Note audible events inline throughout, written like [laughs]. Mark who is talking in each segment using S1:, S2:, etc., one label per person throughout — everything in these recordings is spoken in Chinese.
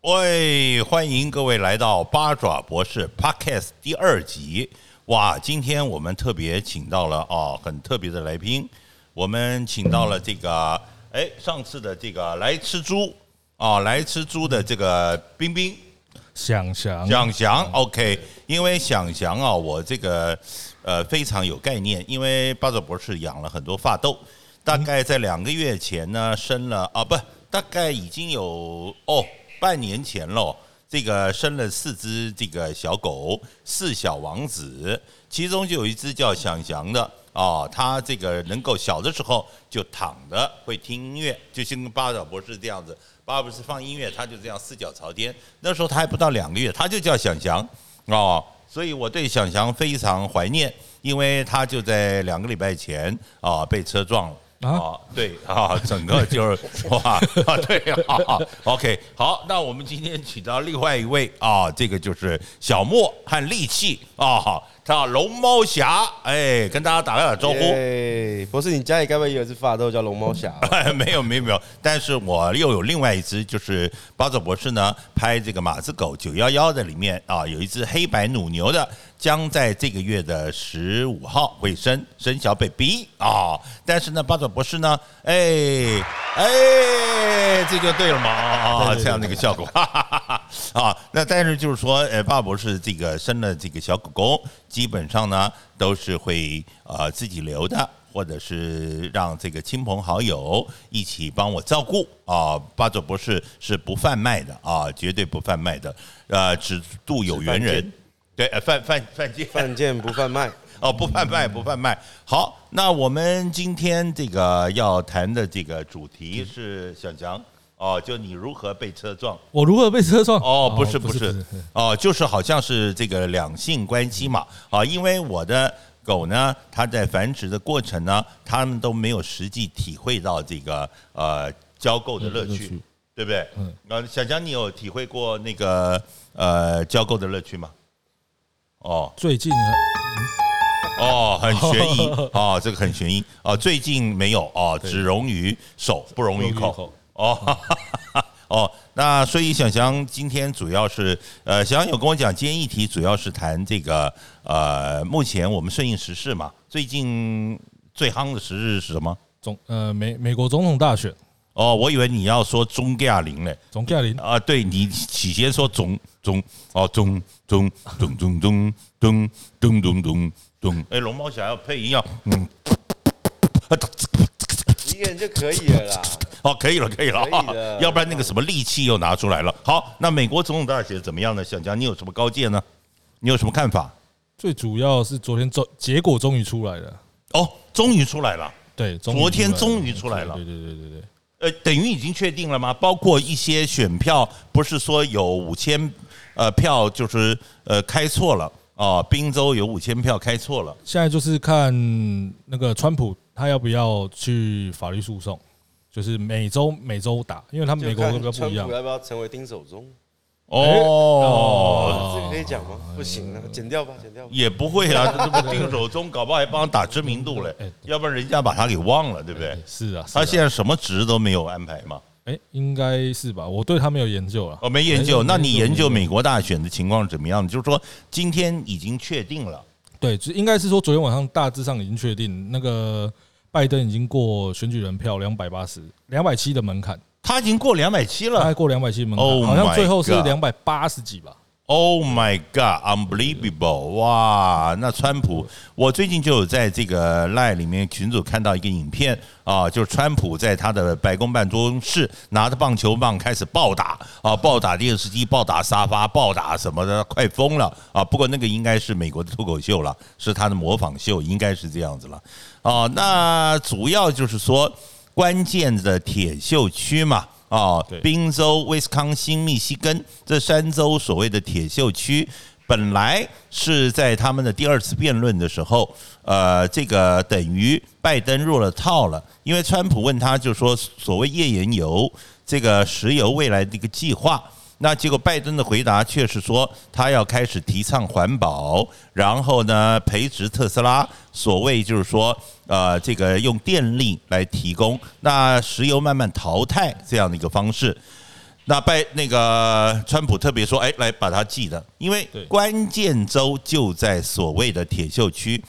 S1: 喂，欢迎各位来到八爪博士 Podcast 第二集。哇，今天我们特别请到了啊，很特别的来宾，我们请到了这个，哎，上次的这个来吃猪啊，来吃猪的这个冰冰
S2: 想想
S1: 想翔，OK，因为想翔啊，我这个呃非常有概念，因为八爪博士养了很多发豆，大概在两个月前呢生了啊，不，大概已经有哦半年前喽，这个生了四只这个小狗，四小王子，其中就有一只叫想翔的。啊，它这个能够小的时候就躺着会听音乐，就像八爪博士这样子，八爪博士放音乐，它就这样四脚朝天。那时候它还不到两个月，它就叫想翔哦，所以我对想翔非常怀念，因为它就在两个礼拜前啊被车撞了。啊
S2: 啊，
S1: 对啊，整个就是哇 [laughs] 啊，对啊，OK，好，那我们今天请到另外一位啊，这个就是小莫和利器啊，他龙猫侠，哎，跟大家打个招呼。
S3: 耶博士，你家里该不会有一只发豆叫龙猫侠
S2: [laughs]
S3: 吧？
S1: 哎， [laughs] 没有没有没有，但是我又有另外一只，就是巴佐博士呢拍这个马子狗九幺幺的里面啊，有一只黑白乳牛的，将在这个月的十五号会生生小 baby 啊。但是呢，巴佐博士呢，哎哎，这就对了嘛啊，啊这样的一个效果， [laughs] 哈哈哈哈啊。那但是就是说，呃，巴博士这个生了这个小狗狗，基本上呢都是会呃自己留的。或者是让这个亲朋好友一起帮我照顾啊。八爪博士是不贩卖的啊，绝对不贩卖的，呃，只渡有缘人。对，呃贩贩贩奸，
S3: 犯贱不贩卖，
S1: [laughs] 哦，不贩卖，不贩卖。好，那我们今天这个要谈的这个主题是想讲哦，就你如何被车撞。
S2: 我如何被车撞？
S1: 哦，不是不是，哦，就是好像是这个两性关系嘛，啊，因为我的狗呢，它在繁殖的过程呢，它们都没有实际体会到这个呃交媾的乐
S2: 嗯乐
S1: 趣
S2: 趣，
S1: 对不对？
S2: 嗯
S1: 呃，小江，你有体会过那个呃交媾的乐趣吗？哦，
S2: 最近呢，呃
S1: 哦，很悬 [laughs] 疑哦，这个很悬疑哦。最近没有哦，只溶于手，不溶于
S2: 不溶于
S1: 口
S2: 口
S1: 哦。 [laughs] 哈哈哈哦，那所以想想今天主要是呃，想想有跟我讲，今天议题主要是谈这个呃，目前我们顺应时势嘛，最近最夯的时日是什么？
S2: 总呃美美国总统大选，
S1: 哦，我以为你要说中亚林嘞，
S2: 总驾临
S1: 啊，对你起先说中中哦中中中中中中中中中中，哎，龙猫侠要配音要嗯。
S3: 一个人就可以了啦。
S1: 哦，可以了，可以了，
S3: 可以的
S1: 要不然那个什么利器又拿出来了。好，那美国总统大选怎么样呢？小江，你有什么高见呢？你有什么看法？
S2: 最主要是昨天终结果终于出来了，
S1: 哦，终于出来了，
S2: 对，终于
S1: 昨天
S2: 出来了
S1: 终于出来了
S2: 对对对对对对，
S1: 呃，等于已经确定了吗？包括一些选票，不是说有五千呃票，就是呃开错了哦、宾州有五千票开错了。
S2: 现在就是看那个川普他要不要去法律诉讼，就是每周每周打，因为他们 [laughs] 美国
S3: 就
S2: 跟
S3: 看
S2: 不
S3: 川
S2: 一
S3: 普
S2: 样，
S3: 要不要成为丁守中？
S1: 哦，
S3: 这个可以讲吗？不行啊，剪
S2: 哦
S3: 掉吧，剪掉吧。
S1: 也不会啊，这不丁守中搞不好还帮他打知名度嘞
S2: 哎，
S1: 要不然人家把他给忘了，对不对？
S2: 是啊，是啊
S1: 他现在什么职都没有安排嘛。
S2: 哎应该是吧，我对他没有研究了，
S1: 我哦没研究，
S2: 哎
S1: 那你研究美国大选的情况怎么样？就是说，今天已经确定了，
S2: 对，就应该是说昨天晚上大致上已经确定，那个拜登已经过选举人票两百八十、两百七的门槛，
S1: 他已经过两百七
S2: 大
S1: 了。
S2: 概过两百七门槛
S1: Oh
S2: 好像最后是
S1: my God
S2: 两百八十几吧。
S1: Oh my god, unbelievable！哇，那川普，我最近就有在这个 Line 里面群组看到一个影片啊，就是川普在他的白宫办公室拿着棒球棒开始暴打啊，暴打电视机，暴打沙发，暴打什么的，快疯了啊！不过那个应该是美国的脱口秀了，是他的模仿秀，应该是这样子了啊。那主要就是说关键的铁锈区嘛。啊，
S2: 对
S1: 宾州、威斯康星、密西根这三州所谓的铁锈区，本来是在他们的第二次辩论的时候，呃，这个等于拜登入了套了，因为川普问他就说所谓页岩油这个石油未来的一个计划。那结果拜登的回答却是说，他要开始提倡环保，然后呢培植特斯拉，所谓就是说，呃，这个用电力来提供，那石油慢慢淘汰这样的一个方式。那拜那个川普特别说，哎，来把它记了，因为
S2: 对
S1: 关键州就在所谓的铁锈区。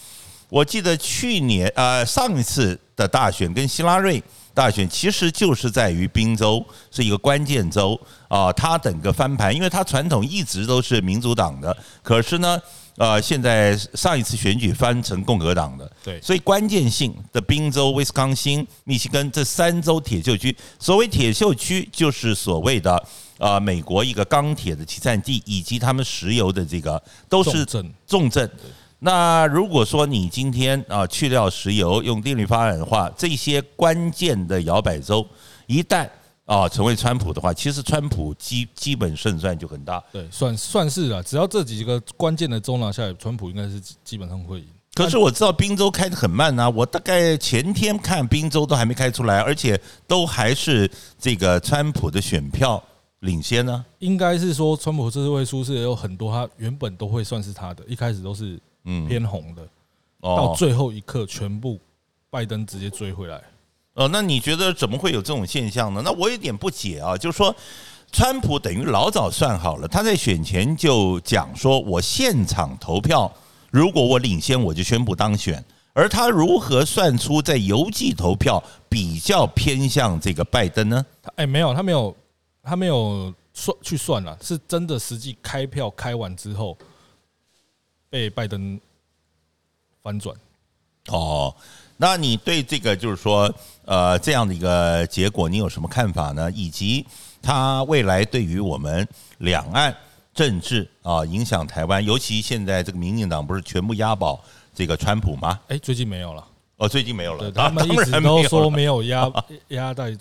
S1: 我记得去年呃上一次的大选跟希拉瑞大选，其实就是在于宾州是一个关键州啊、它整个翻盘，因为它传统一直都是民主党的，可是呢，呃，现在上一次选举翻成共和党的，
S2: 对
S1: 所以关键性的宾州、威斯康星、密西根这三州铁锈区，所谓铁锈区就是所谓的。呃，美国一个钢铁的集散地，以及他们石油的这个，都是
S2: 重镇
S1: 重症。那如果说你今天啊去掉石油，用定律发展的话，这些关键的摇摆州一旦啊成为川普的话，其实川普基基本胜算就很大。
S2: 对，算算是啦、只要这几个关键的州拿下来，川普应该是基基本上会赢。
S1: 可是我知道宾州开得很慢呐、我大概前天看宾州都还没开出来，而且都还是这个川普的选票领先呢、
S2: 应该是说，川普这位出事有很多，他原本都会算是他的，一开始都是偏红的，到
S1: 嗯哦
S2: 最后一刻全部拜登直接追回来。
S1: 哦，那你觉得怎么会有这种现象呢？那我有点不解啊，就是说，川普等于老早算好了，他在选前就讲说，我现场投票，如果我领先，我就宣布当选。而他如何算出在邮寄投票比较偏向这个拜登呢？
S2: 他哎、没有，他没有，他没有算去算了，是真的实际开票开完之后被拜登翻转。
S1: 哦，那你对这个就是说，呃，这样的一个结果，你有什么看法呢？以及它未来对于我们两岸政治啊，影响台湾，尤其现在这个民进党不是全部押宝这个川普吗？
S2: 哎、最近没
S1: [laughs]
S2: 有了，
S1: 哦，最近没有了， [laughs]
S2: 对
S1: 啊
S2: 他们一
S1: 当
S2: 直
S1: 然没有
S2: 都说
S1: 了
S2: 没有压压在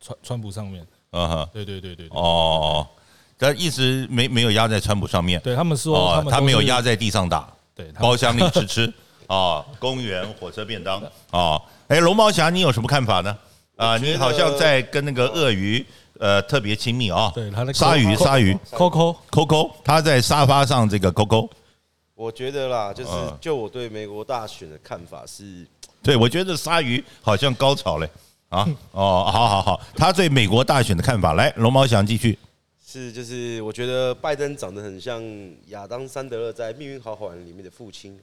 S2: 川川普上面。
S1: 嗯哼，
S2: 对对对对对，
S1: 哦，但一直没没有压在川普上面，
S2: 对他们说他
S1: 哦
S2: 们，
S1: 他
S2: 都
S1: 没有
S2: 是
S1: 压在地上打，
S2: 对他们
S1: 包厢里吃吃啊，公园火车便当啊。哎，龙猫侠，你有什么看法呢？啊，你好像在跟那个鳄鱼呃特别亲密啊。
S2: [laughs] 对他在
S1: 鲨鱼，
S2: 抠
S1: 鲨鱼
S2: Coco，
S1: ，Coco，他在沙发上这个 Coco。
S3: 我觉得啦，就是
S2: 哦
S1: 嗯
S3: 就我对美国大选的看法是，
S1: 对，我觉得鲨鱼好像高潮嘞啊！哦，好好好，他对美国大选的看法，来，龙猫侠继续。
S3: 是就是我觉得拜登长得很像亚当·桑德勒在《命运好好玩》里面的父亲，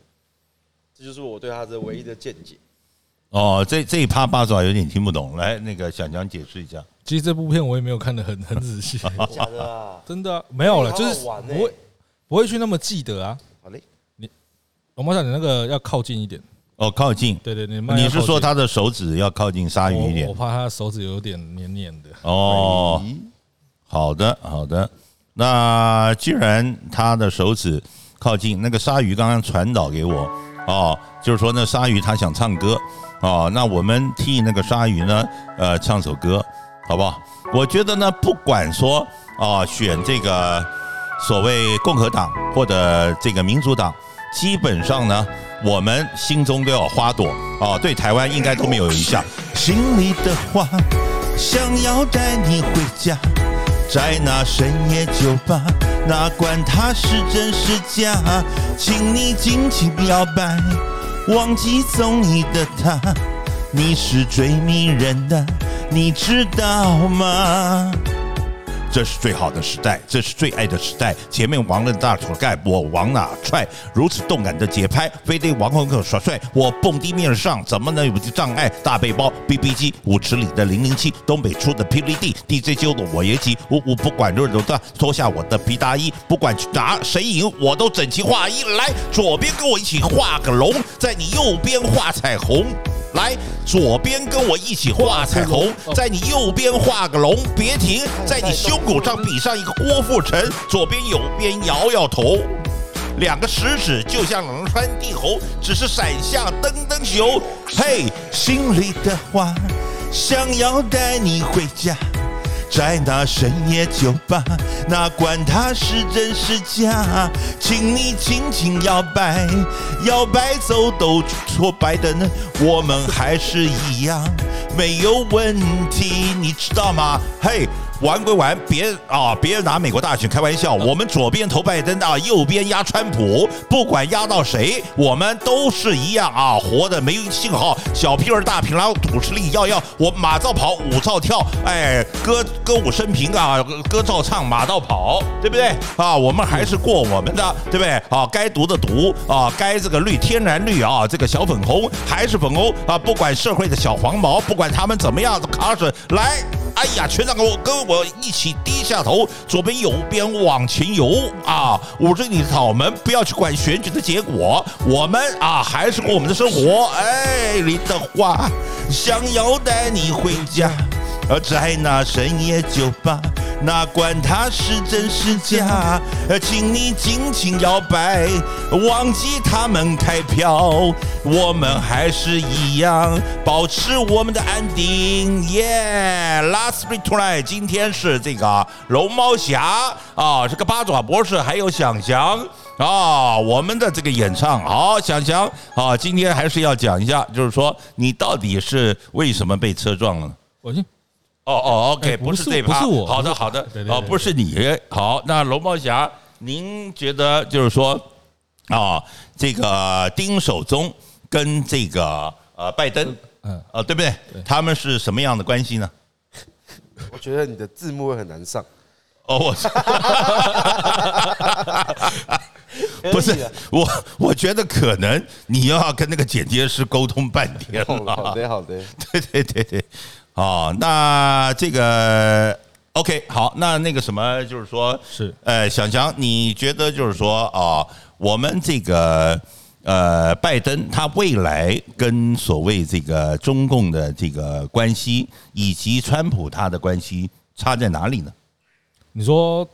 S3: 这就是我对他的唯一的见解。
S1: 哦，这这一趴八爪有点听不懂，来，那个小强解释一下。
S2: 其实这部片我也没有看得很很
S1: [laughs]
S2: 仔细，
S3: 假的啊，
S2: 真的啊、没有了，
S3: 好好
S2: 就是
S3: 玩
S2: 不
S3: 欸
S2: 会不会去那么记得啊。
S3: 好嘞，
S2: 龙猫侠，你那个要靠近一点，
S1: 哦，靠近，
S2: 对对，你慢慢
S1: 你是
S2: 靠近
S1: 说他的手指要靠近鲨鱼一点
S2: 我我？怕他手指有点黏黏的。
S1: 哦，好的，好的。那既然他的手指靠近那个鲨鱼，刚刚传导给我哦，就是说那鲨鱼它想唱歌哦，那我们替那个鲨鱼呢，呃，唱首歌，好不好？我觉得呢，不管说啊、选这个所谓共和党或者这个民主党，基本上呢，我们心中都有花朵啊、对台湾应该都没有影响。心里的花，想要带你回家，在那深夜酒吧，哪管它是真是假，请你尽情摇摆，忘记送你的他，你是最迷人的，你知道吗？这是最好的时代，这是最爱的时代。前面王任大所盖，我往哪踹？如此动感的节拍，非得王虹口耍帅，我蹦地面上怎么能有障碍？大背包、BB 机、舞池里的零零七，东北出的 E PVD、DJ 揪的我也急，我我不管热多大，脱下我的皮大衣，不管去哪谁赢，我都整齐划一。来，左边跟我一起画个龙，在你右边画彩虹。来，左边跟我一起画彩虹，在你右边画个龙，别停，在你胸口上比上一个郭富城，左边右边摇摇头。两个食指就像两川地猴，只是闪向灯灯球。嘿，心里的话，想要带你回家，在那深夜酒吧，哪管它是真是假，请你尽情摇摆，摇摆走都挫败的呢，我们还是一样没有问题，你知道吗？嘿。玩归玩，别啊，别拿美国大选开玩笑。我们左边投拜登啊，右边压川普，不管压到谁，我们都是一样啊，活的没信号。小屁儿大平拉土石力要要，我马照跑，舞照跳，哎，歌歌舞升平啊，歌照唱，马照跑，对不对啊？我们还是过我们的，对不对啊？该读的读啊，该这个绿天然绿啊，这个小粉红还是粉红啊，不管社会的小黄毛，不管他们怎么样子卡水来。哎呀，全场跟我跟我一起低下头，左边右边往前游啊！捂着你的脑门，不要去管选举的结果，我们啊还是过我们的生活。哎，你的话想要带你回家，呃，在那深夜酒吧，那管它是真是假，呃，请你尽情摇摆，忘记他们开票，我们还是一样保持我们的安定。耶、yeah,，Last Spring Tonight，今天是这个龙猫侠啊，这个八爪博士还有想翔。啊、我们的这个演唱，好，想翔啊，今天还是要讲一下，就是说你到底是为什么被车撞了呢？
S2: 我已经
S1: 哦哦，OK，
S2: 哎
S1: 不
S2: 不
S1: 是
S2: 是
S1: 这趴，
S2: 不是我
S1: 好的
S2: 不是
S1: 好的
S2: 对，对
S1: 哦，
S2: 对
S1: 不是你，好，那龙猫侠，您觉得就是说啊，这个丁守中跟这个呃拜登，嗯
S2: 嗯，
S1: 呃，对不对？他们是什么样的关系呢？
S3: 我觉得你的字幕会很
S2: [laughs]
S3: 难上。
S1: 哦，我不是
S3: 可以啊
S1: 我，我觉得可能你要跟那个剪接师沟通半天
S3: 好
S2: 哦
S3: 的，好
S1: 了。
S3: 的，好的。
S1: [laughs] 对对对对，哦，那这个 OK 好，那那个什么，就是说，
S2: 是
S1: 呃，小强，你觉得就是说啊、我们这个呃，拜登他未来跟所谓这个中共的这个关系，以及川普他的关系差在哪里呢？
S2: 你说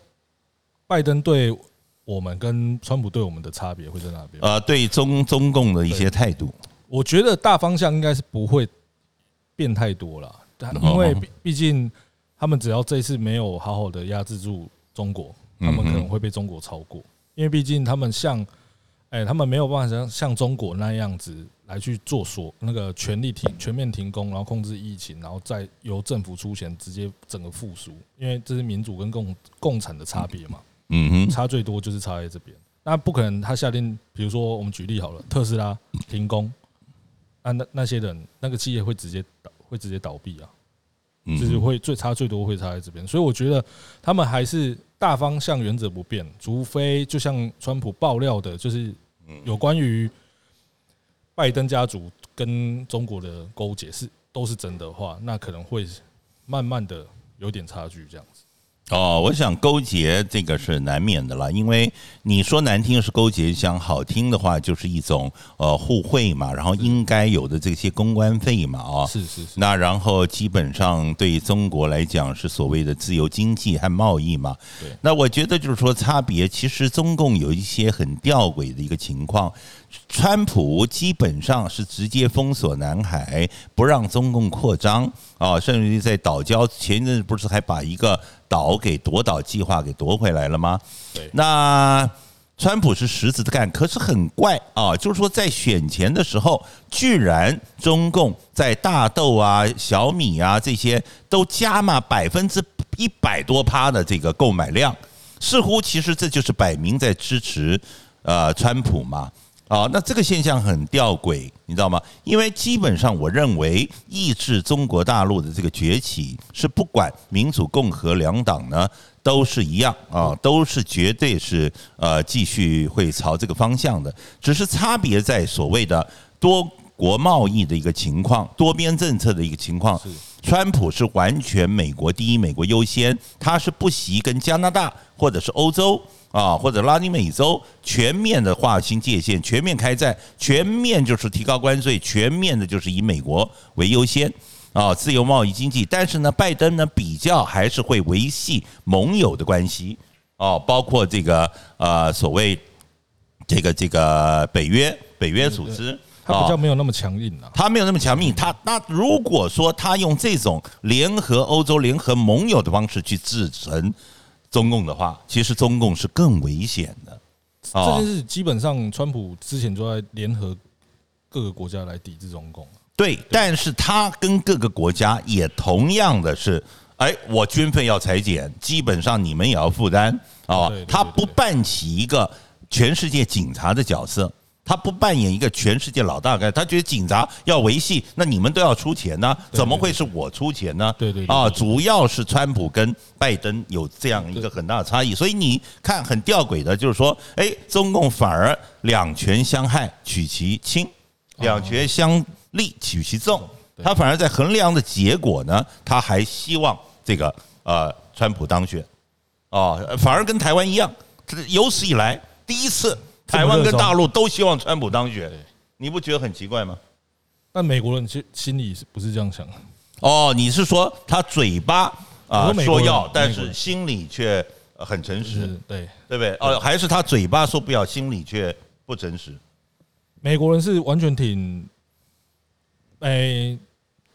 S2: 拜登对我们跟川普对我们的差别会在哪边？
S1: 呃，对中中共的一些态度，
S2: 我觉得大方向应该是不会变太多了，但因为毕毕竟他们只要这一次没有好好的压制住中国，他们可能会被中国超过，因为毕竟他们像，哎，他们没有办法像像中国那样子来去做所那个全力停全面停工，然后控制疫情，然后再由政府出钱直接整个复苏，因为这是民主跟共共产的差别嘛。
S1: 嗯哼，
S2: 差最多就是差在这边。那不可能，他下定，比如说我们举例好了，特斯拉停工，啊那那那些人那个企业会直接倒，会直接倒闭啊，
S1: 嗯
S2: 就是
S1: 哼，
S2: 会最差最多会差在这边。所以我觉得他们还是大方向原则不变，除非就像川普爆料的，就是有关于拜登家族跟中国的勾结是都是真的话，那可能会慢慢的有点差距这样子。
S1: 哦，我想勾结这个是难免的了，因为你说难听是勾结，想好听的话就是一种呃互惠嘛，然后应该有的这些公关费嘛，啊、
S2: 是是是，
S1: 那然后基本上对中国来讲是所谓的自由经济和贸易嘛。
S2: 对
S1: 那我觉得就是说差别，其实中共有一些很吊诡的一个情况，川普基本上是直接封锁南海，不让中共扩张啊，甚至于在岛礁前一阵子不是还把一个岛给夺岛计划给夺回来了吗？
S2: 对
S1: 那川普是实质的干，可是很怪啊，就是说在选前的时候，居然中共在大豆啊、小米啊这些都加码百分之一百多趴的这个购买量，似乎其实这就是摆明在支持呃川普嘛。啊，那这个现象很吊诡，你知道吗？因为基本上我认为抑制中国大陆的这个崛起是不管民主共和两党呢都是一样啊，都是绝对是呃继续会朝这个方向的，只是差别在所谓的多国贸易的一个情况、多边政策的一个情况。川普是完全美国第一、美国优先，他是不惜跟加拿大或者是欧洲啊或者拉丁美洲全面的划清界限、全面开战、全面就是提高关税、全面的就是以美国为优先。啊，自由贸易经济，但是呢，拜登呢比较还是会维系盟友的关系，哦，包括这个呃所谓这个这个北约北约组织，
S2: 他比
S1: 啊
S2: 较没有那么强硬啊。
S1: 他没有那么强硬。他那如果说他用这种联合欧洲、联合盟友的方式去制衡中共的话，其实中共是更危险的。
S2: 这
S1: 啊
S2: 件事基本上，川普之前就在联合各个国家来抵制中共。
S1: 对，但是他跟各个国家也同样的是哎，我军费要裁减，基本上你们也要负担啊
S2: 嗯对对对。
S1: 他不扮起一个全世界警察的角色，他不扮演一个全世界老大哥，他觉得警察要维系，那你们都要出钱呢，怎么会是我出钱呢？
S2: 对对对
S1: 啊，
S2: 对对
S1: 主要是川普跟拜登有这样一个很大的差异，所以你看很吊诡的，就是说，哎，中共反而两权相害，取其轻；
S2: 哦
S1: 两权相利，取其重。他反而在衡量的结果呢，他还希望这个呃川普当选，哦，反而跟台湾一样，这有史以来第一次台湾跟大陆都希望川普当选，你不觉得很奇怪吗？
S2: 但美国人其实心里是不是这样想？
S1: 哦，你是说他嘴巴啊、
S2: 我说美国
S1: 说
S2: 人
S1: 要，但
S2: 美国
S1: 是
S2: 人
S1: 心里却呃很诚
S2: 就
S1: 实，
S2: 是对，
S1: 对不对？哦，还是他嘴巴说不要，心里却不诚实。
S2: 美国人是完全挺，诶、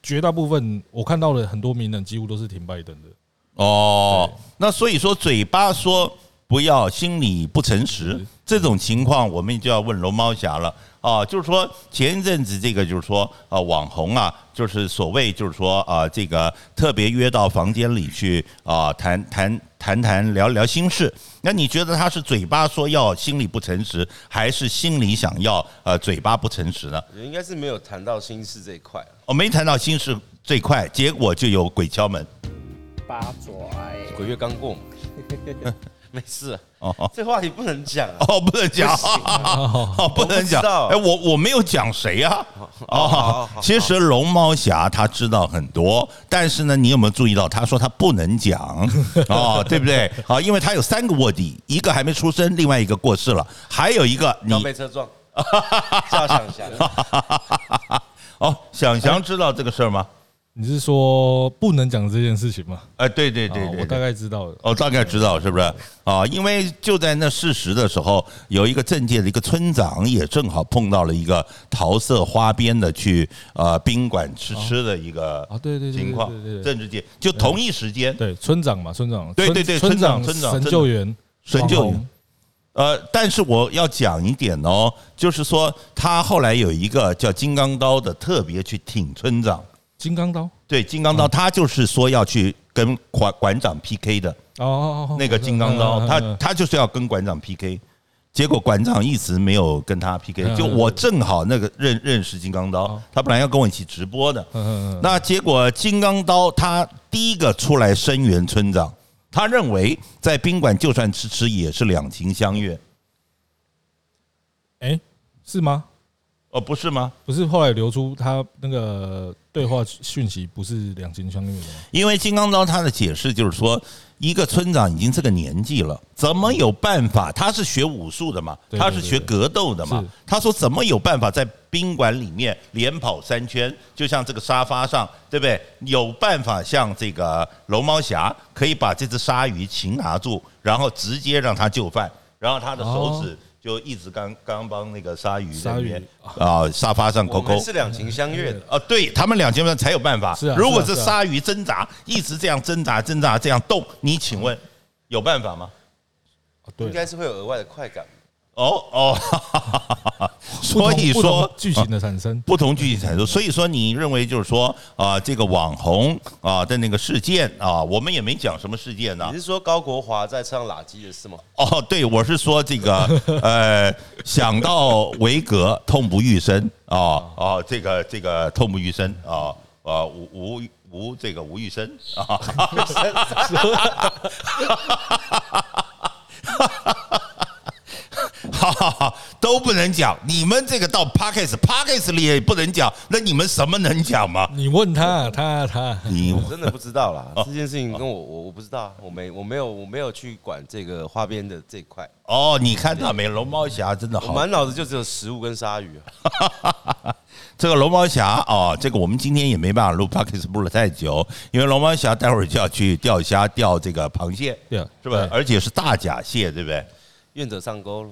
S2: 绝大部分我看到的很多名人几乎都是挺拜登的，
S1: 哦，那所以说嘴巴说不要，心里不诚实，这种情况我们就要问龙猫侠了啊。就是说前一阵子这个就是说啊，网红啊，就是所谓就是说啊，这个特别约到房间里去啊，谈谈谈谈聊聊心事。那你觉得他是嘴巴说要，心里不诚实，还是心里想要，呃，嘴巴不诚实呢？
S3: 应该是没有谈到心事这一块、啊，
S1: 我没谈到心事最快，结果就有鬼敲门。
S4: 八爪哎，
S3: 鬼月刚过嘛， [laughs] 没事、啊，
S1: 哦哦
S3: 这话题不能讲啊。
S1: 哦，不能讲，哦，不能讲。
S3: 我不知道
S1: 哎，我我没有讲谁啊。哦
S3: 好好，
S1: 其实龙猫侠他知道很多，但是呢，你有没有注意到，他说他不能 [laughs] 讲，哦，对不对？好，因为他有三个卧底，一个还没出生，另外一个过世了，还有一个你
S3: 刚被车撞，叫想想，
S1: [laughs] 哦，想翔知道这个事儿吗？
S2: 你是说不能讲这件事情吗？
S1: 哎，对对对
S2: 啊
S1: 对，
S2: 我大
S1: 对
S2: 概知道了。
S1: 哦，大概知道是不是啊？因为就在那事实的时候，有一个政界的一个村长也正好碰到了一个桃色花边的去呃宾馆吃吃的一个
S2: 啊对对对对
S1: 情况
S2: 对对，对
S1: 政治界就同一时间，
S2: 对，村长嘛，村长，
S1: 对
S2: 村
S1: 对对
S2: 村
S1: 村长村长
S2: 神救援，
S1: 神救
S2: 网
S1: 援
S2: 红，
S1: 呃，但是我要讲一点哦，就是说他后来有一个叫金刚刀的特别去挺村长，
S2: 金刚刀，哦
S1: 对金刚刀，他就是说要去跟馆馆长 PK 的，
S2: 哦，哦
S1: 那个金刚刀，
S2: 嗯嗯
S1: 他
S2: 嗯嗯
S1: 他就是要跟馆长 PK，结果馆长一直没有跟他 PK，
S2: 嗯
S1: 就我正好那个认认识金刚刀
S2: 哦，
S1: 他本来要跟我一起直播的，
S2: 嗯嗯
S1: 那结果金刚刀他第一个出来声援村长，他认为在宾馆就算吃吃也是两情相悦，
S2: 哎，是吗？
S1: 哦，不是吗？
S2: 不是后来流出他那个对话讯息，不是两情相悦的吗？
S1: 因为金刚刀他的解释就是说，一个村长已经这个年纪了，怎么有办法？他是学武术的嘛，
S2: 对对
S1: 他是学格斗的嘛
S2: 是。
S1: 他说怎么有办法在宾馆里面连跑三圈？就像这个沙发上，对不对？有办法像这个龙猫侠可以把这只鲨鱼擒拿住，然后直接让它就范，然后他的手指
S2: 哦
S1: 就一直刚刚帮那个鲨鱼在那边啊沙发
S2: 哦
S1: 上抠
S3: 我
S1: 抠
S3: 们。是两情相悦的。
S1: 啊，对他们两千万才有办法。
S2: 是啊
S1: 如果
S2: 是
S1: 是
S2: 啊是啊
S1: 鲨鱼挣扎，一直这样挣扎、挣扎、这样动，你请问有办法吗？
S2: 啊
S3: 应
S2: 对，
S3: 该是会有额外的快感。
S1: 哦哦，哈哈哈哈所以
S2: 不同不
S1: 说
S2: 同剧情的产生，
S1: 不同具体阐述。所以说，你认为就是说啊、这个网红啊、的那个事件啊、我们也没讲什么事件呢、
S3: 你是说高国华在唱垃圾的事吗？
S1: 哦，对，我是说这个呃，想到维格痛不欲生啊哦这个这个痛不欲生啊啊、吴吴吴这个吴玉生啊。哈哈哈，都不能讲。你们这个到 p o d c a s t p o d c a s t 里也不能讲，那你们什么能讲吗？
S2: 你问他，他他
S1: 你
S3: 我真的不知道啦，
S1: 哦
S3: 这件事情跟我我我不知道啊，我没我没有我没有去管这个花边的这一块，
S1: 哦，你看到没？龙猫侠真的
S3: 我
S1: 好
S3: 满脑子就只有食物跟鲨鱼啊。
S1: 这个龙猫侠啊、哦，这个我们今天也没办法录 p o d c a s t 录了太久，因为龙猫侠待会儿就要去钓虾、钓这个螃蟹，
S2: 对啊
S1: 是吧
S2: 对？
S1: 而且是大闸蟹，对不对？
S3: 愿者上钩了，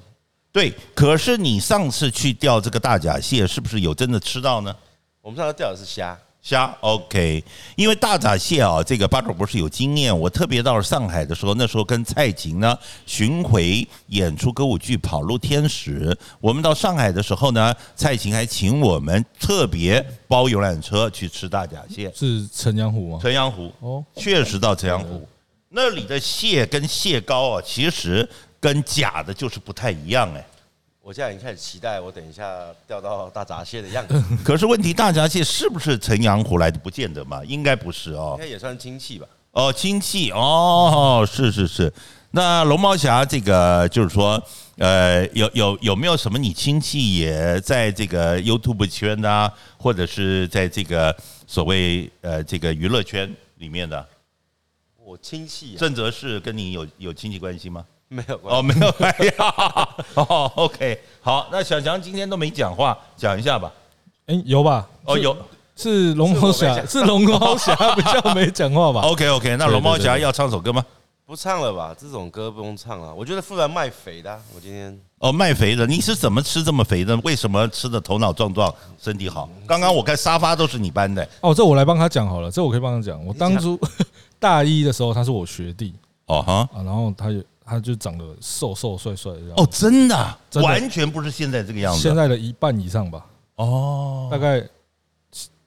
S1: 对。可是你上次去钓这个大闸蟹，是不是有真的吃到呢？
S3: 我们上次钓的是虾，
S1: 虾 OK，因为大闸蟹啊，这个巴爪博士有经验。我特别到了上海的时候，那时候跟蔡琴呢巡回演出歌舞剧《跑路天使》。我们到上海的时候呢，蔡琴还请我们特别包游览车去吃大闸蟹。
S2: 是陈阳湖吗？
S1: 城阳湖
S2: 哦，
S1: 确实到城阳湖那里的蟹跟蟹膏啊，其实跟假的就是不太一样哎。
S3: 我现在已经开始期待我等一下钓到大闸蟹的
S1: [laughs]
S3: 样子，应
S1: 可是问题，大闸蟹是不是城阳湖来的？不见得嘛，应该不是哦。
S3: 该也算亲戚吧。
S1: 哦，亲戚哦，是是是。那龙猫侠这个就是说，呃，有有有没有什么你亲戚也在这个 YouTube 圈呐、或者是在这个所谓呃这个娱乐圈里面的？
S3: 我亲戚、啊、
S1: 郑则仕跟你有有亲戚关系吗？
S3: 没有
S1: [laughs]
S3: 关
S1: 哦，
S3: 系，
S1: 没有，哎呀， [laughs] 哦，OK，好，那小强今天都没讲话，讲一下吧。
S2: 哎、有吧？
S1: 哦，有
S2: 是龙猫
S3: 是我
S2: 侠，
S3: 没讲
S2: 是龙猫侠比较没讲话 [laughs] 吧？哦
S1: ，OK OK，那
S2: 对
S1: 龙猫
S2: 对
S1: 侠
S2: 对
S1: 要唱首歌吗？
S3: 不唱了吧？这种歌不用唱了。我觉得富兰卖肥的啊、我今天
S1: 哦，卖肥的，你是怎么吃这么肥的？为什么吃的头脑壮壮，身体好？刚刚我看沙发都是你搬的。
S2: 哦，这我来帮他讲好了，这我可以帮他讲。我当初 [laughs] 大一的时候，他是我学弟
S1: 哦哈，
S2: 啊，然后他也他就长得瘦瘦帅帅的这样，
S1: 哦，真的啊，
S2: 真的
S1: 完全不是现在这个样子。
S2: 现在的一半以上吧，
S1: 哦
S2: 大概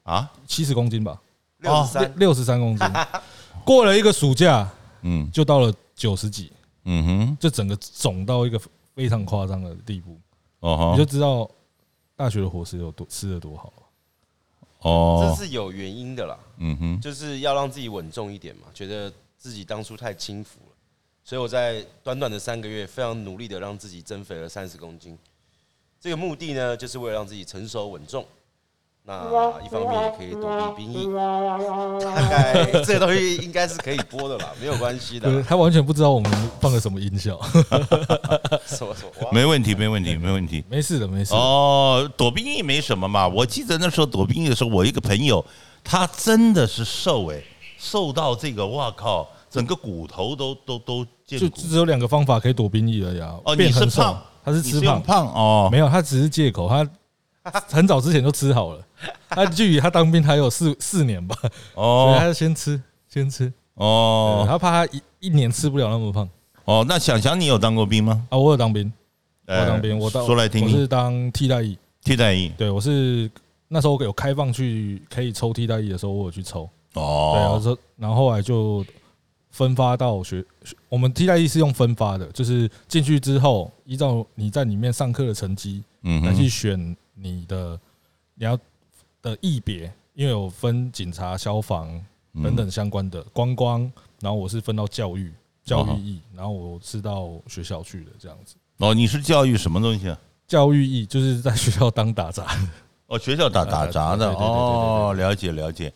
S1: 啊，
S2: 七十公斤吧，
S3: 六
S1: 哦
S3: 十
S2: 六
S3: 三，
S2: 六十三公斤。 [laughs] 过了一个暑假，
S1: 嗯
S2: 就到了九十几，
S1: 嗯哼，
S2: 就整个肿到一个非常夸张的地步，
S1: 哦
S2: 你就
S1: 哈，
S2: 知道大学的伙食有多吃的多好了。
S3: 这
S1: 哦，
S3: 是有原因的啦，
S1: 嗯哼，
S3: 就是要让自己稳重一点嘛。觉得自己当初太轻浮了，所以我在短短的三个月，非常努力的让自己增肥了三十公斤。这个目的呢，就是为了让自己成熟稳重。那一方面也可以躲避兵役，大概这个东西应该是可以播的啦，没有关
S1: 啊
S3: 系的
S2: 对，
S3: [laughs] 啦。
S2: 他完全不知道我们放了什么音
S1: [laughs]
S2: 效，
S3: 什么什么哇
S1: 没问题，没问题，没问题。
S2: 没事的，没事的。
S1: 哦，躲兵役没什么嘛。我记得那时候躲兵役的时候，我一个朋友，他真的是瘦哎、瘦到这个，哇靠，整个骨头都都都见
S2: 就
S1: 骨。
S2: 只有两个方法可以躲兵役而已啊。
S1: 哦，你
S2: 变
S1: 是
S2: 很瘦
S1: 胖，
S2: 他是
S1: 你
S2: 吃
S1: 用
S2: 胖，
S1: 胖哦，
S2: 没有，他只是借口，他
S1: [laughs]
S2: 很早之前就吃好了。他距离他当兵还有四四年吧，所以他
S1: 哦
S2: 就先吃，先吃。对
S1: 哦
S2: 他怕他一一年吃不了那么胖
S1: 哦，那想想你有当过兵吗？
S2: 啊！我有当兵，我有当兵，
S1: 呃
S2: 我当
S1: 说来听
S2: 我是
S1: 听。
S2: 当替代役，
S1: 替代役
S2: 对我是那时候有开放去可以抽替代役的时候，我有去抽。对，然后
S1: 哦，
S2: 说，然后后来就分发到学，学我们替代役是用分发的，就是进去之后，依照你在里面上课的成绩
S1: 嗯
S2: 来去
S1: 哼，
S2: 选你的你要的役别，因为有分警察、消防
S1: 嗯
S2: 等等相关的观光，然后我是分到教育教
S1: 嗯
S2: 育役，然后我是到学校去的这样子。
S1: 哦，你是教育什么东西啊？
S2: 教育役 [laughs] 就是在学校当打杂，
S1: 哦，学校打打杂的
S2: 啊对对对对对对
S1: 哦，了解了解。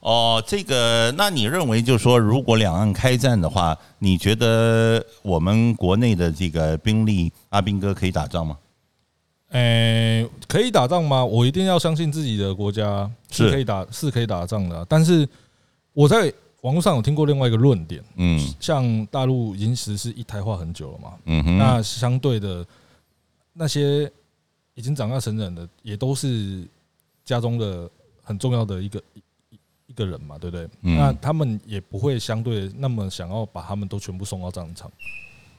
S1: 哦，这个，那你认为就是说，如果两岸开战的话，你觉得我们国内的这个兵力，阿兵哥可以打仗吗？
S2: 诶、可以打仗吗？我一定要相信自己的国家
S1: 是
S2: 是可以打，是可以打仗的啊、但是我在网络上有听过另外一个论点，
S1: 嗯
S2: 像大陆已经实施一胎化很久了嘛，
S1: 嗯哼，
S2: 那相对的那些已经长大成人的，也都是家中的很重要的一个一一一个人嘛，对不对？
S1: 嗯
S2: 那他们也不会相对那么想要把他们都全部送到战场。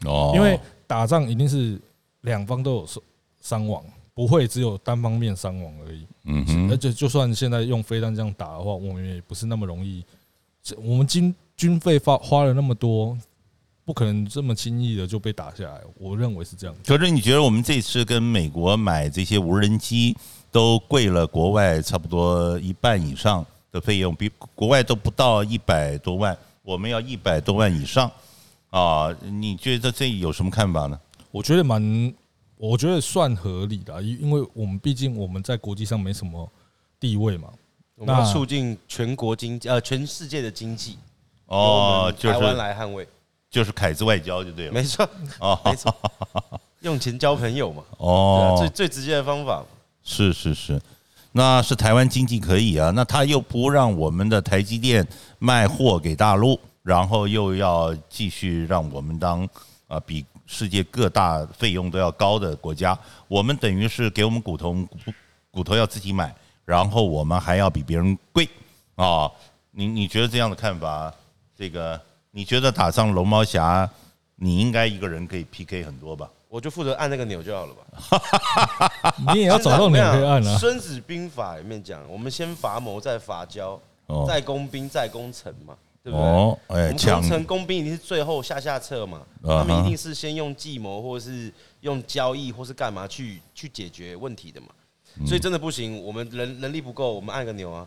S1: 哦，
S2: 因为打仗一定是两方都有受伤亡，不会只有单方面伤亡而已。
S1: 嗯
S2: 而
S1: 哼，
S2: 且就算现在用飞弹这样打的话，我们也不是那么容易。这我们军军费花花了那么多，不可能这么轻易的就被打下来。我认为是这样。
S1: 可是你觉得我们这次跟美国买这些无人机都贵了国外差不多一半以上的费用，比国外都不到一百多万，我们要一百多万以上啊？你觉得这有什么看法呢？
S2: 我觉得蛮，我觉得算合理的啊，因因为我们毕竟我们在国际上没什么地位 [laughs] 嘛。
S3: 我们要
S2: 那
S3: 促进全国经济，呃，全世界的经济，由我
S1: 哦
S3: 们，
S1: 就
S3: 台湾
S1: 是
S3: 来捍卫，
S1: 就是凯子外交就对了。[laughs]
S3: 没错，
S1: 哦
S3: 没错，用钱交朋友嘛，对啊，最
S1: 哦，
S3: 最直接的方法，
S1: 是是是，那是台湾经济可以啊，那他又不让我们的台积电卖货给大陆，然后又要继续让我们当啊比世界各大费用都要高的国家，我们等于是给我们骨头骨骨头要自己买，然后我们还要比别人贵。啊、你你觉得这样的看法，这个你觉得打上龙猫侠，你应该一个人可以 PK 很多吧？
S3: 我就负责按那个钮就好了吧。
S2: 你也要找到你可以按
S3: 《
S2: 啊。
S3: 孙子兵法》里面讲，我们先伐谋，再伐交，
S1: 哦
S3: 再攻兵，再攻城嘛，对不对？
S1: 哦，
S3: 我
S1: 哎，
S3: 们
S1: 抢
S3: 攻城攻兵一定是最后下下策嘛，
S1: 啊哈
S3: 他们一定是先用计谋，或是用交易，或是干嘛去去解决问题的嘛。
S1: 嗯
S3: 所以真的不行，我们人人力不够，我们按个钮啊，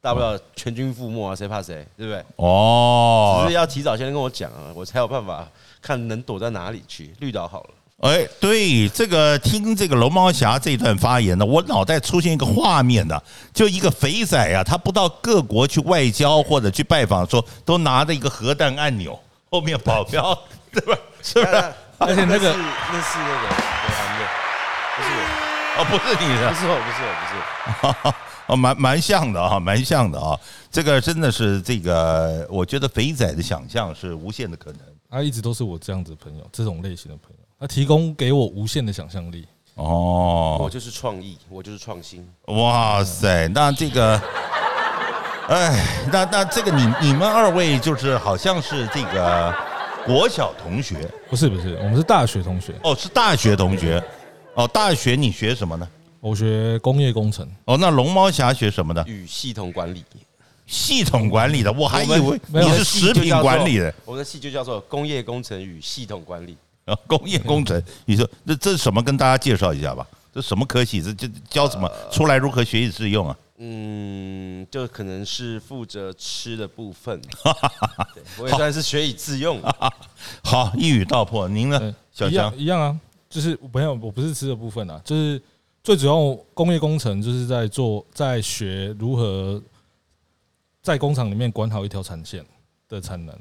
S3: 大不了全军覆没啊，谁怕谁，对不对？只
S1: 哦
S3: 是，要提早先跟我讲啊，我才有办法看能躲在哪里去。绿岛 [laughs] 好了，
S1: 哎，对，这个听这个龙猫侠这段发言呢，我脑袋出现一个画面呢，就一个肥仔啊，他不到各国去外交或者去拜访的时候，都拿着一个核弹按钮，后面保镖 [laughs] 对吧？是不是？
S3: 那
S2: 而且那个
S3: 是啊 [laughs] 那是那个北韩的，不是我。
S1: 哦，不是你的
S3: 不，是我，不是我，不是我。
S1: 哦，蛮蛮像的啊，蛮像的啊。这个真的是这个，我觉得肥仔的想象是无限的可能
S2: 他啊一直都是我这样子的朋友，这种类型的朋友，他提供给我无限的想象力。
S1: 哦
S3: 我。就是创意，我就是创新。
S1: 哇塞，那这个，哎，那那这个你你们二位就是好像是这个国小同学
S2: 不是不是，我们是大学同学，
S1: 哦，是大学同学哦。大学你学什么呢？
S2: 我学工业工程，
S1: 哦，那龙猫侠学什么呢？
S3: 与系统管理，
S1: 系统管理的，我还以
S3: 我
S1: 为
S3: 们
S2: 没有
S1: 你是食品管理的。
S3: 我的系就叫做工业工程与系统管理。
S1: 啊，工业工程，你说这这是什么？跟大家介绍一下吧。这什么科系？这这教什么？
S2: 呃
S1: 出来如何学以致用啊？
S3: 嗯，就可能是负责吃的部 [laughs] 分。对我也算是学以致用。
S1: 好，一语道破。您呢
S2: 嗯，，
S1: 小
S2: 一
S1: 江
S2: 样？一样啊，就是我朋友，我不是吃的部分啊，就是最主要工业工程就是在做在学如何在工厂里面管好一条产线的产能，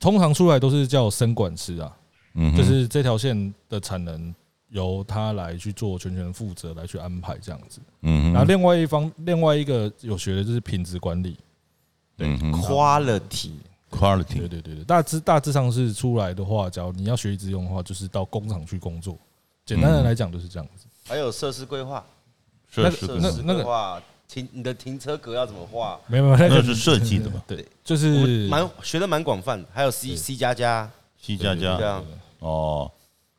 S2: 通常出来都是叫生管师啊，
S1: 嗯哼，
S2: 就是这条线的产能由他来去做全权负责来去安排这样子。
S1: 嗯
S2: 然后
S1: 哼，
S2: 另外一方，另外一个有学的就是品质管理，
S1: 嗯哼
S3: Quality，
S2: 对
S1: ，quality，
S2: 对对对，大致大致上是出来的话，假如你要学以致用的话，就是到工厂去工作。简单的来讲就是这样
S1: 嗯
S2: 子。
S3: 还有设施规划，
S1: 设
S2: 那
S1: 施
S3: 设
S1: 规划
S3: 施
S2: 那个
S3: 规划，停你的停车格要怎么画？
S2: 没有没有，那
S1: 那
S2: 个
S1: 是设计的嘛？
S2: 对，就
S3: 我
S2: 是
S3: 蛮学的蛮广泛的，还有 C
S2: 对
S3: C 加加，
S1: 西加
S2: 对
S3: 对
S1: 加
S3: 啊，
S1: 哦，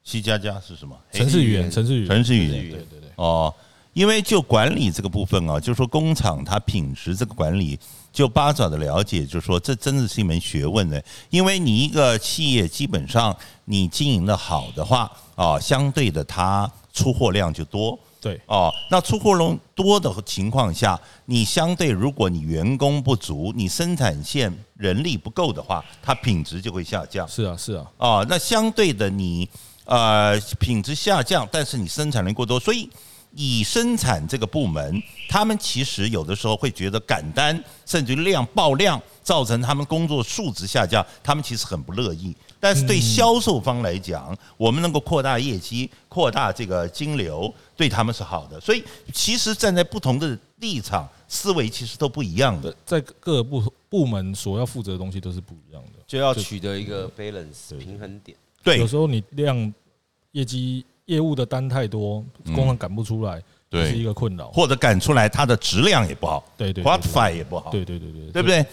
S1: 西加加是什么？
S2: 城市语言，城市语言，
S1: 城市语
S3: 城市语
S1: 言
S3: 言
S2: 对对对，
S1: 哦。因为就管理这个部分啊，就是说工厂它品质这个管理，就八爪的了解，就是说这真的是一门学问呢。因为你一个企业基本上你经营的好的话啊，相对的它出货量就多。
S2: 对
S1: 哦，那出货量多的情况下，你相对如果你员工不足，你生产线人力不够的话，它品质就会下降。
S2: 是啊是啊，
S1: 哦，那相对的你呃品质下降，但是你生产量过多，所以以生产这个部门，他们其实有的时候会觉得赶单，甚至于量爆量，造成他们工作数值下降，他们其实很不乐意。但是对销售方来讲，我们能够扩大业绩、扩大这个金流，对他们是好的。所以其实站在不同的立场，思维其实都不一样的。
S2: 在各个部部门所要负责的东西都是不一样的。
S3: 就嗯要取得一个 balance 平衡 [laughs] 点。
S1: 对
S2: 有，时候你量业绩业务的单太多，工厂赶不出来，
S1: 对
S2: 是一个困扰。
S1: 或者赶出来，它的质量也不好，
S2: 对对对
S1: q u a
S2: 对
S1: l i f y 也不好，
S2: 啊对对对对，
S1: 对不对？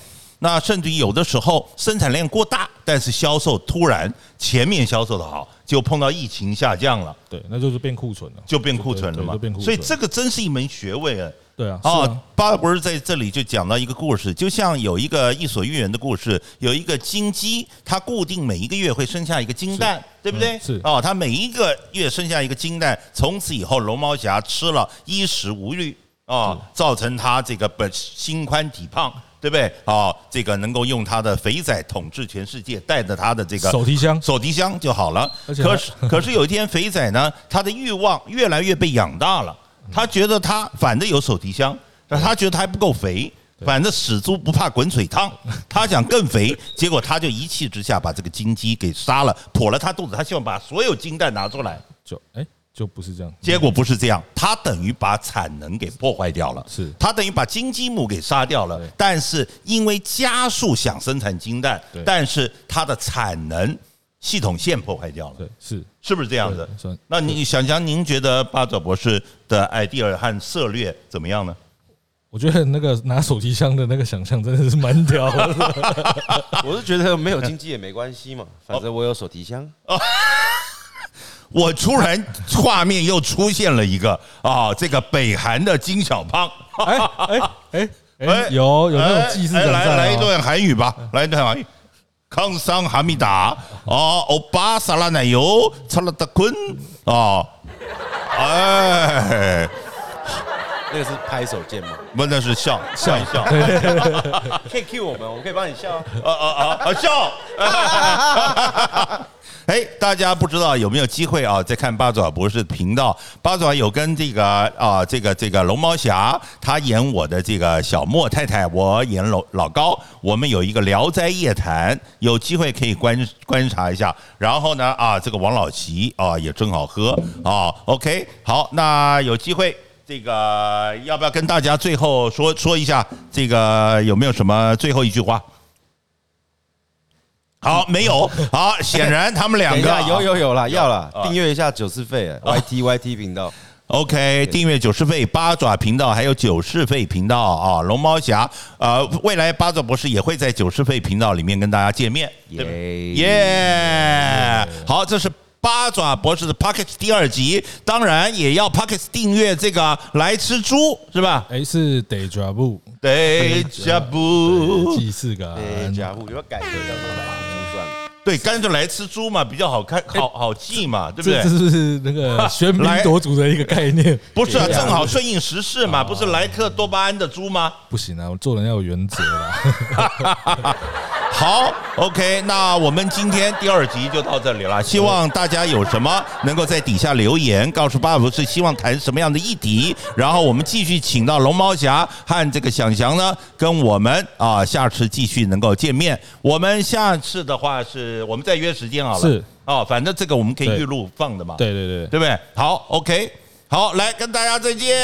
S1: 那甚至于有的时候生产量过大，但是销售突然前面销售的好，就碰到疫情下降了，
S2: 对，那就是变库存了，
S1: 就变库存了嘛
S2: 对对就变。库存
S1: 所以这个真是一门学问啊！
S2: 对啊，是
S1: 哦
S2: 啊，，
S1: 巴博士在这里就讲到一个故事，就像有一个伊索寓言的故事，有一个金鸡，它固定每一个月会生下一个金蛋，对不对？
S2: 嗯是
S1: 哦，它每一个月生下一个金蛋，从此以后龙猫侠吃了衣食无虑哦，造成他这个本心宽体胖。对不对？哦，这个能够用他的肥仔统治全世界，带着他的这个
S2: 手提箱
S1: 手提箱就好了。
S2: 而且
S1: 可
S2: 还
S1: 是可是有一天，肥仔呢，他的欲望越来越被养大了。
S2: 嗯
S1: 他觉得他反正有手提箱，但他觉得他还不够肥，反正死猪不怕滚水
S2: [laughs]
S1: 烫，他想更肥，结果他就一气之下把这个金鸡给杀了，破了他肚子，他希望把所有金蛋拿出来。
S2: 就哎就不是这样，
S1: 结果不是这样，他等于把产能给破坏掉了，
S2: 是
S1: 他等于把金鸡母给杀掉了
S2: 对。
S1: 但是因为家数想生产金蛋
S2: 对，
S1: 但是它的产能系统线破坏掉了。
S2: 对是
S1: 是不是这样子
S2: 对算？
S1: 那你想想，您觉得八爪博士的 idea 和策略怎么样呢？
S2: 我觉得那个拿手提箱的那个想象真的是蛮
S1: [laughs]
S2: 屌的，
S3: 我是觉得没有经济也没关系 [laughs] 嘛，反正我有手提箱。
S1: 我突然画面又出现了一个啊，这个北韩的金小胖， [laughs]
S2: 哎哎哎哎，有有那种既视感
S1: 哎
S2: 在
S1: 来
S2: 啊
S1: 来一段韩语吧，来一段韩语。康桑哈密达哦，欧巴萨拉奶油，查拉达坤哦，哎，
S3: 那个是拍手键吗？
S1: 不那是笑笑一笑，
S3: [laughs] 可以 Q 我们，我们可以帮你笑啊。
S1: 啊啊啊啊笑！ [laughs] 哎，大家不知道有没有机会啊？在看八爪博士的频道，八爪有跟这个啊，这个这个龙猫侠，他演我的这个小莫太太，我演老老高，我们有一个《聊斋夜谈》，有机会可以观观察一下。然后呢，啊，这个王老吉啊也正好喝啊，OK，好，那有机会。这个要不要跟大家最后说说一下？这个有没有什么最后一句话？好，没有。好，显然他们两
S3: [laughs] 等一
S1: 个
S3: 下，有有有啦，要啦
S1: 啊，
S3: 订阅一下九四费啊 YT YT 频 [laughs] 道。
S1: OK，订阅九十费八爪频道，还有九十费频道啊，龙猫侠。呃，未来八爪博士也会在九十费频道里面跟大家见面。对吧
S3: 耶
S1: 耶！好，这是。八爪博士的 Pockets 第二集，当然也要 Pockets 订阅这个来吃猪是吧？
S2: 哎是 d e j a vu，
S1: 对，加不
S2: 既视感，
S3: 哎，家伙，有没有改一个叫什么珠算？
S1: 对，干脆来吃猪嘛，比较好看，
S3: 哎
S1: 好好记嘛，对不
S2: 这
S1: 对
S2: 这？是不是那个喧
S1: [laughs] 来
S2: 宾夺主的一个概念？
S1: 不是啊，正好顺应时势嘛，不是莱克多巴胺的猪吗？
S2: 不行啊，我做人要有原则啦。
S1: 好，OK，那我们今天第二集就到这里了。希望大家有什么能够在底下留言，告诉爸爸是希望谈什么样的议题，然后我们继续请到龙猫侠和这个想翔呢，跟我们啊下次继续能够见面。我们下次的话是我们再约时间好了，
S2: 是
S1: 哦，反正这个我们可以
S2: 对
S1: 预录放的嘛，
S2: 对对对，
S1: [laughs] 对不对？好，OK，好，来跟大家再见，
S2: [laughs]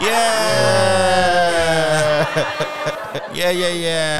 S1: 耶耶耶耶。